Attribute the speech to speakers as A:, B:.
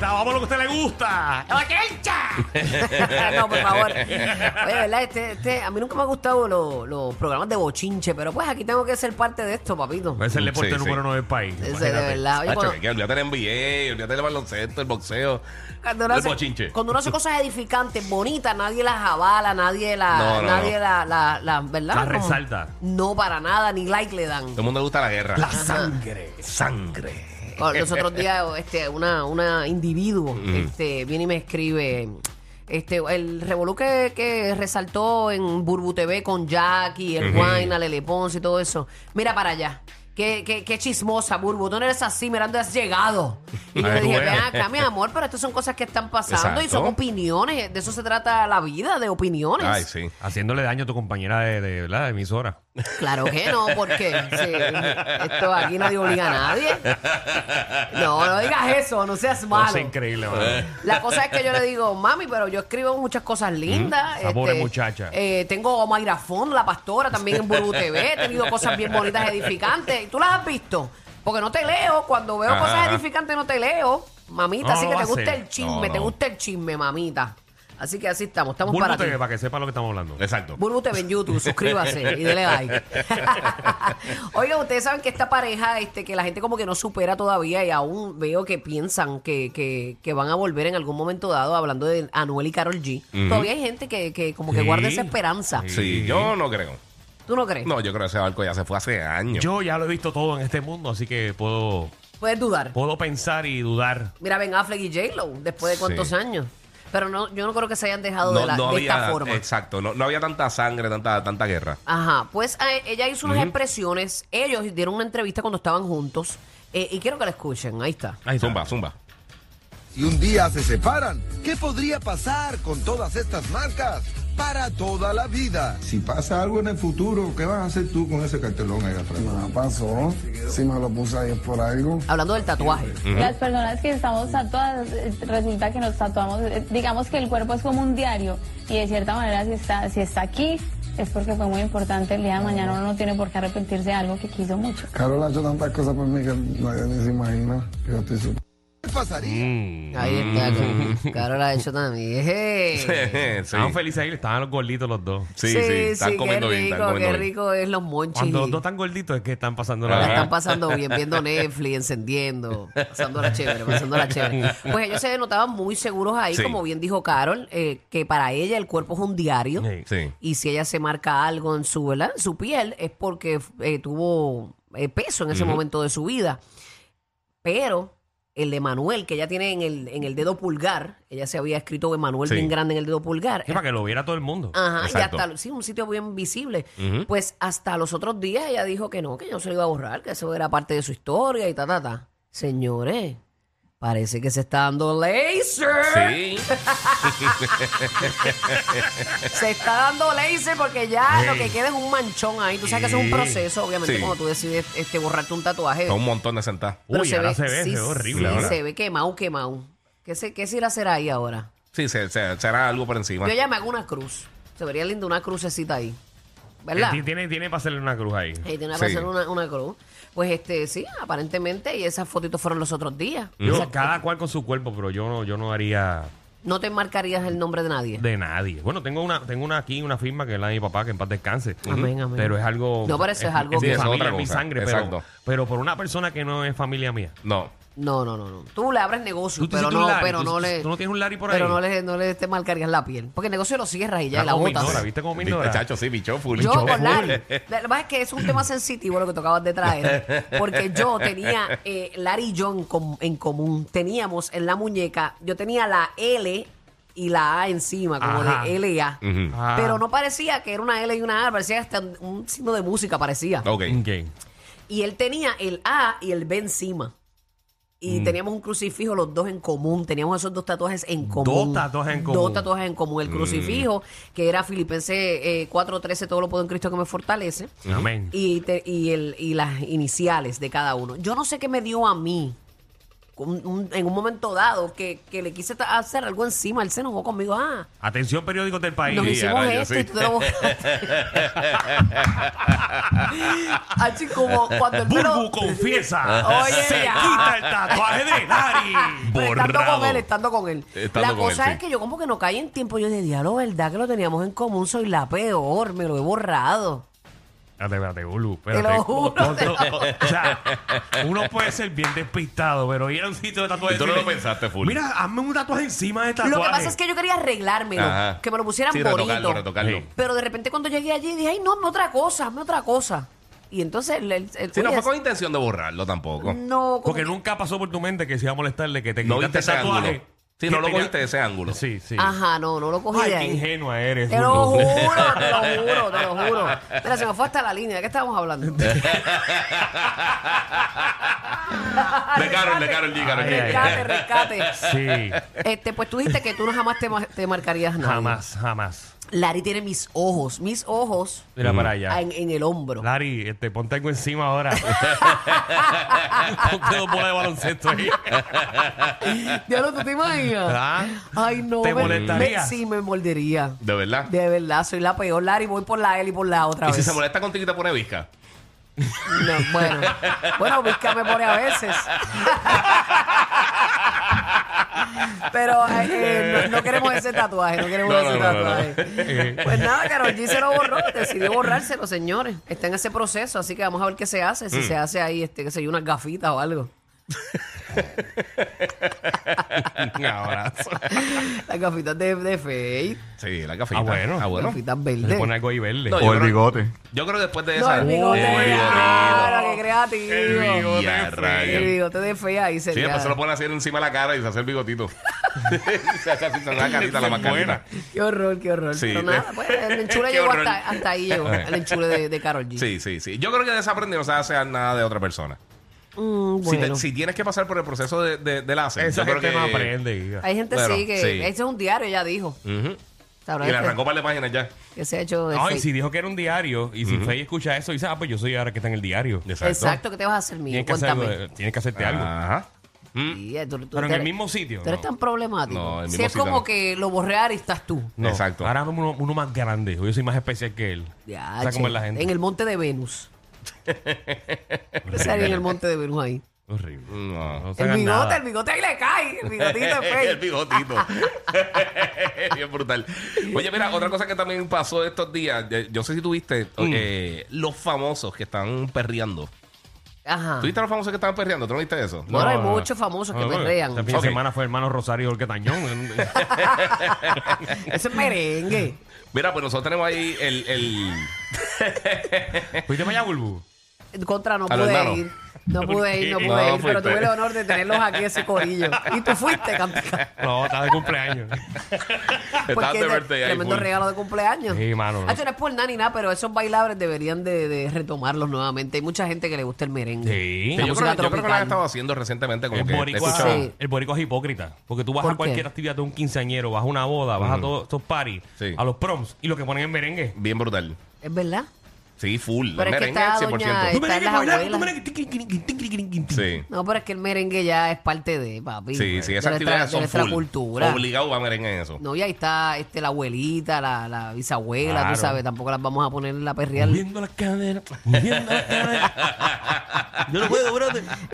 A: vamos a lo que a usted le gusta. ¡La quencha!
B: no, por favor. Oye, ¿verdad? Este, este, a mí nunca me han gustado los, los programas de bochinche, pero pues aquí tengo que ser parte de esto, papito.
A: Es el deporte
C: Sí, sí.
A: número 9 del país.
B: Ese de
A: imagínate.
B: verdad. Oye,
C: Hacho,
B: cuando-
C: que- que olvídate del NBA, olvídate del baloncesto, el boxeo,
B: Cuando uno,
C: el
B: hace,
C: bochinche.
B: cuando uno hace cosas edificantes, bonitas, nadie las avala, nadie la,
C: No, no,
B: nadie
C: no.
B: la, la, la- ¿verdad?
A: Las
B: Como-
A: resalta.
B: No para nada, ni like le dan.
C: Todo el mundo le gusta la guerra.
A: La sangre, sangre.
B: Bueno, Los otros días, este, una, una individuo,
C: Mm.
B: este, viene y me escribe. Este, el revolú que, que resaltó en Burbu TV con Jackie, el Guayna, Lele Ponce y todo eso. Mira para allá. Qué, qué, qué chismosa, Burbu. Tú no eres así, mirando, has llegado. Y yo
C: Ay,
B: le dije,
C: bueno.
B: ven acá, mi amor, pero estas son cosas que están pasando y son
C: Exacto.
B: opiniones. De eso se trata la vida, de opiniones.
C: Ay, sí.
A: Haciéndole daño a tu compañera de, de, ¿verdad? de emisora.
B: Claro que no, porque sí, esto aquí nadie obliga a nadie. No, no digas eso, no seas malo.
A: Cosa increíble,
C: Eh.
A: mano.
B: La cosa es que yo le digo, mami, pero yo escribo muchas cosas lindas.
A: sabores, muchacha.
B: eh, tengo a Mayra Fon, la pastora, también en Burbu TV. He tenido cosas bien bonitas, edificantes. ¿Y tú las has visto? Porque no te leo. Cuando veo
C: Ajá,
B: cosas
C: ajá.
B: edificantes, no te leo. Mamita,
A: No,
B: así
A: no
B: que
A: va
B: te
A: a
B: gusta
A: ser.
B: el chisme,
C: No,
B: te
C: no.
B: gusta el chisme, mamita. Así que así estamos, estamos
A: Bulbo
B: para ti.
A: TV, para que sepa lo que estamos hablando.
C: Exacto.
B: Burbu TV en YouTube, suscríbase y dele like. Oigan, ustedes saben que esta pareja, este, que la gente como que no supera todavía y aún veo que piensan que, que, que van a volver en algún momento dado, hablando de Anuel y Carol G. Todavía hay gente que, que como que
A: Sí.
B: guarda esa esperanza.
C: Sí, yo no creo.
B: ¿Tú no crees?
C: No, yo creo que ese barco ya se fue hace años.
A: Yo ya lo he visto todo en este mundo, así que puedo,
B: Puedes dudar.
A: puedo pensar y dudar.
B: Mira, Ben Affleck y J-Lo, después de
C: Sí.
B: cuántos años. Pero no, yo no creo que se hayan dejado
C: no,
B: de, la-
C: no
B: de
C: había,
B: esta forma.
C: Exacto, no, no había tanta sangre, tanta, tanta guerra.
B: Ajá, pues eh, ella hizo unas expresiones, ellos dieron una entrevista cuando estaban juntos eh, y quiero que la escuchen, ahí está.
A: Ahí está.
C: Zumba, zumba.
D: Si un día se separan, ¿qué podría pasar con todas estas marcas para toda la vida?
E: Si pasa algo en el futuro, ¿qué vas a hacer tú con ese cartelón ahí atrás?
F: Ah, pasó. Si me lo puse ahí es por algo.
B: Hablando del tatuaje.
G: Las personas que estamos tatuadas, eh, resulta que nos tatuamos, eh, digamos que el cuerpo es como un diario y de cierta manera si está, si está aquí es porque fue muy importante el día de mañana, uno no tiene por qué arrepentirse de algo que quiso mucho.
F: Carol ha hecho tantas cosas por mí que nadie ni se imagina que yo estoy su-
D: ¿Qué pasaría?
B: Ahí está, Carol ha hecho también.
C: Mm. sí.
A: Estaban felices ahí, estaban los gorditos los dos.
C: Sí, sí, están
B: qué
C: comiendo bien,
B: rico,
C: están
B: qué
C: comiendo bien. ¿Eh?
B: rico es los monchis.
A: Cuando los dos están gorditos es que están pasando la
B: la
A: verdad.
B: están pasando bien, viendo Netflix, encendiendo, pasándola chévere, pasándola chévere. Pues ellos se notaban muy seguros ahí,
C: Sí.
B: como bien dijo Carol, eh, que para ella el cuerpo es un diario.
A: Sí.
C: Sí.
B: Y si ella se marca algo en su, ¿verdad? en su piel es porque eh, tuvo eh, peso en ese momento de su vida. Pero el de Manuel, que ella tiene en el, en el dedo pulgar, ella se había escrito Emanuel
C: Sí.
B: bien grande en el dedo pulgar.
A: Sí, para que lo viera todo el mundo.
B: Ajá,
C: Exacto.
B: y hasta, sí, un sitio bien visible.
C: Ujú.
B: Pues hasta los otros días ella dijo que no, que no se lo iba a borrar, que eso era parte de su historia y ta, ta, ta. Señores, parece que se está dando laser.
C: Sí.
B: Se está dando laser porque ya lo que queda es un manchón ahí. Tú sabes que eso es un
A: Sí.
B: proceso, obviamente,
C: Sí.
B: cuando tú decides este, borrarte un tatuaje.
C: Son un montón de sentadas.
B: Pero
A: Uy, ahora se ve, se
B: sí,
A: ve horrible
B: sí,
A: ahora.
B: se ve quemado, quemado. ¿Qué se, qué se irá a hacer ahí ahora?
C: Sí, se, se- será algo por encima.
B: Yo ya me hago una cruz. Se vería lindo una crucecita ahí.
A: Él
B: ¿Verdad?
A: Eh, ti- Tiene, tiene para hacerle una cruz ahí.
B: Ahí tiene
C: Sí.
B: que hacer una, una cruz. Pues este, sí, aparentemente, y esas fotitos fueron los otros días.
A: Yo,
B: Esas-
A: cada cual con su cuerpo, pero yo no, yo no haría
B: No te marcarías el nombre de nadie.
A: de nadie. Bueno, tengo una, tengo una aquí, una firma que es la de mi papá, que en paz descanse.
B: Amén, amén.
A: Pero es algo.
B: No, pero eso es algo
A: mi
B: que-
C: Sí, eso es
A: familia,
C: otra
A: es mi
C: cosa.
A: sangre, pero,
C: Exacto.
A: pero por una persona que no es familia mía.
C: No.
B: No, no, no, no. Tú le abres negocio,
A: Tú- tú-
B: pero
A: tú
B: no,
A: un Larry,
B: pero
A: tú-
B: no
A: tú-
B: le.
A: tú no tienes un Larry por
B: Pero
A: ahí.
B: no le, no le te marcarías la piel. Porque el negocio lo cierras y ya
A: Está
B: la
A: como
B: botas.
A: Mindora, ¿viste como
C: Viste,
A: Mindora?
C: chacho, sí, bicho, full.
B: Yo
C: Bicho,
B: con
C: full.
B: Larry. La verdad es que es un tema sensitivo lo que tocabas de traer. Porque yo tenía eh, Larry y yo en, com- en común. Teníamos en la muñeca, yo tenía la L y la A encima, como
A: Ajá.
B: de L y A.
C: Ujú.
A: Ah,
B: Pero no parecía que era una L y una A, parecía hasta un signo de música, parecía.
C: Ok.
A: ok.
B: Y él tenía el A y el B encima. Y teníamos un crucifijo los dos en común, teníamos esos dos tatuajes en común.
A: tatuajes en
B: Dos
A: común.
B: tatuajes en común. El crucifijo, que era Filipenses eh, 4.13, todo lo puedo en Cristo que me fortalece.
A: Amén.
B: Y, te- y, el, y las iniciales de cada uno. Yo no sé qué me dio a mí un- un- en un momento dado que, que le quise ta- hacer algo encima, él se enojó conmigo. Ah,
A: Atención, periódicos del país.
B: nos
C: Sí,
B: hicimos e-
C: ahora yo
B: esto
C: sí.
B: y tú te lo borraste. Así como cuando el pelo-
A: Burbu confiesa.
B: Oye,
A: se
B: ya.
A: quita el tatuaje de Dari.
B: Pero Estando con él, estando con él.
C: Estando
B: la
C: con
B: cosa
C: él, sí.
B: es que yo como que no caí en tiempo. Yo de diálogo, ¿verdad? Que lo teníamos en común. Soy la peor, me lo he borrado.
A: Espérate, espérate, Burbu.
B: Te
A: Espérate.
B: lo juro. te lo-
A: O sea, uno puede ser bien despistado, pero ir a un sitio de tatuaje.
C: Y tú no lo
A: decirle,
C: pensaste, Fulvio.
A: Mira, hazme un tatuaje encima de tatuaje.
B: Lo que pasa es que yo quería arreglármelo,
C: Ajá.
B: que me lo pusieran
C: Sí,
B: bonito.
C: retocarlo, retocarlo.
A: Sí.
B: Pero de repente cuando llegué allí dije, ay, no, hazme otra cosa, hazme otra cosa. Y entonces el, el- el-
C: Si no
B: oye, Mm.
C: fue con intención de borrarlo tampoco.
B: no, como
A: Porque
B: que-
A: nunca pasó por tu mente que se iba a molestarle que te
C: No
A: quitaste
C: viste
A: el
C: ese
A: tatuaje.
C: ángulo. Sí, no
A: Que
C: lo
A: tenía-
C: cogiste de ese ángulo.
A: Sí, sí.
B: Ajá, no, no lo cogí
A: Ay,
B: de
A: qué
B: ahí.
A: ingenua eres.
B: Te lo
A: Burbu.
B: juro, te lo juro, te lo juro. Mira, se me fue hasta la línea. ¿De qué estábamos hablando? de
C: De Carol, de Carol G, Karol G.
A: Ay, ay, ay.
B: Rescate, rescate.
A: Sí,
B: Este, pues tú dijiste que tú no jamás te, ma- te marcarías nada.
A: jamás, jamás.
B: Lari tiene mis ojos, mis ojos
A: Mira para allá.
B: en, en el hombro.
A: Lari, este, ponte algo encima ahora. ponte dos bolas de baloncesto ahí.
B: Ya lo tú te imaginas.
A: Ah.
B: Ay, no.
A: ¿Te
B: me-
A: molestaría?
B: me- sí, me mordería.
C: De verdad.
B: De verdad, soy la peor, Lari. Voy por la L y por la otra
C: Y
B: vez.
C: si se molesta contigo y te pone visca.
B: No, bueno, bueno, Vizca me pone a veces. Pero eh, eh, no, no queremos ese tatuaje, no queremos
C: No,
B: ese
C: no, no, no, Eh.
B: tatuaje. Pues nada, Carol G se lo borró, decidió borrárselo, señores. Está en ese proceso, así que vamos a ver qué se hace,
C: Mm.
B: si se hace ahí, este, qué sé yo, unas gafitas o algo.
C: Un abrazo.
B: Las gafitas de, de Faith,
C: Sí, la cafita.
A: Ah, bueno.
C: Ah, bueno.
B: gafitas
A: Le
B: verdes.
A: pone algo ahí verde.
C: No,
A: No,
C: yo
F: O el
C: creo-
F: bigote.
C: Yo creo que después de
B: No,
C: esa.
B: el bigote,
C: El bigote.
B: claro, qué creativo.
A: El bigote
C: Ya,
A: feo.
C: rayos.
B: El bigote de fe ahí
C: Sí,
B: sería.
C: después se lo ponen así encima de la cara y se hace el bigotito. se hace así, se hace la carita, la
A: Es
C: mascarita.
A: buena.
B: Qué horror, qué horror.
C: Sí.
B: Pero nada, pues el enchule
C: Qué
B: llegó
C: horror. Eh.
B: hasta, hasta ahí, llegó, el enchule de, de Carol G.
C: Sí, sí, sí. Yo creo que desaprende no se hace nada de otra persona.
B: Mm,
C: Si, te-
B: bueno.
C: si tienes que pasar por el proceso de, de, de láser,
A: Esa
C: yo creo
A: gente
C: que
A: no aprende. hija.
B: Hay gente
C: Bueno,
B: sí que.
C: sí.
B: Ese es un diario, ya dijo.
C: Ujú.
B: Sabrá
C: Y le
B: que-
C: arrancó para la página ya.
B: Que se ha hecho de
A: Ay,
B: fake.
A: si dijo que era un diario y si Faye escucha eso, dice, ah, pues yo soy ahora que está en el diario.
B: Exacto, ¿qué te vas a hacer mío?
A: Tienes que, hacer
B: Cuéntame.
A: algo, tienes que
C: Ah,
A: hacerte algo.
C: Ajá.
B: Sí, eh, tú- tú-
A: Pero en
B: tú
A: el
B: eres-
A: mismo sitio.
B: Tú eres
A: no.
B: tan problemático.
C: No, en el
B: si
C: mismo
B: es
C: sitio
B: como
C: no.
B: que lo borrear y estás tú.
A: No,
C: Exacto.
A: Ahora uno, uno más grande. Yo soy más especial que él.
B: Ya,
A: O sea, como
B: che,
A: es la gente.
B: En el monte de Venus. ¿Qué se haría en el monte de Venus ahí?
A: Horrible.
C: No.
A: No se
B: El
A: hagan
B: bigote,
A: nada.
B: el bigote ahí le cae. El bigotito de
C: el
B: fake.
C: bigotito. Bien brutal. Oye, mira, otra cosa que también pasó estos días, eh, yo sé si tuviste
B: Mm.
C: eh, los famosos que están perreando.
B: Ajá.
C: ¿Tuviste los famosos que estaban perreando? ¿Tú no viste eso?
A: Ah,
B: Bueno, hay muchos famosos que
A: No, no,
B: perrean.
A: Esta fin de
C: Ok.
A: semana fue hermano Rosario el Tañón.
B: Ese es merengue.
C: Mira, pues nosotros tenemos ahí el... el...
A: ¿Fuiste para allá, Bulbu?
B: Contra no
C: A los
B: pude
C: hermanos.
B: ir. No pude ir, no
A: qué?
B: pude
C: No,
B: ir, pero tuve
C: fuiste.
B: el honor de tenerlos aquí ese corillo. Y tú fuiste, cantica.
A: No, estaba de cumpleaños.
C: Estabas
B: Porque
C: de
B: es
C: birthday
B: Pues
C: ahí,
B: tremendo
C: full.
B: regalo de cumpleaños.
A: Sí, mano, no.
B: Hacho, no es por nada ni nada, pero esos bailables deberían de, de retomarlos nuevamente. Hay mucha gente que le gusta el
A: Sí.
B: merengue.
C: Sí,
B: La
C: yo, creo,
B: música
C: yo creo que lo han
B: tropical.
C: estado haciendo recientemente como
A: El
C: que
A: boricua,
C: escuchaba.
B: Sí.
A: el boricua es hipócrita. Porque tú vas
B: ¿Por
A: a cualquier
B: qué?
A: actividad de un quinceañero, vas a una boda, vas a todos estos parties,
C: Sí.
A: a los proms, y lo que ponen es merengue.
C: Bien brutal.
B: Es verdad.
C: Sí, full.
B: Pero es que
C: merengue
B: está
C: 100%.
A: Tú
B: doña- Están
A: merengue,
B: las
A: bailando, tú
B: abuelas.
A: merengue, tiqui, tiqui, tiqui, tiqui, tiqui, tiqui.
C: Sí.
B: No, pero es que el merengue ya es parte de, papi.
C: Sí, sí, esas
B: de nuestra-
C: actividades
B: de
C: son
B: nuestra
C: full.
B: cultura.
C: Obligado va merengue en eso.
B: No, y ahí está este, la abuelita, la, la bisabuela,
A: Claro.
B: tú sabes, tampoco las vamos a poner en la perreal.
A: Moviendo la cadera, moviendo la cadera. Yo no puedo, brother.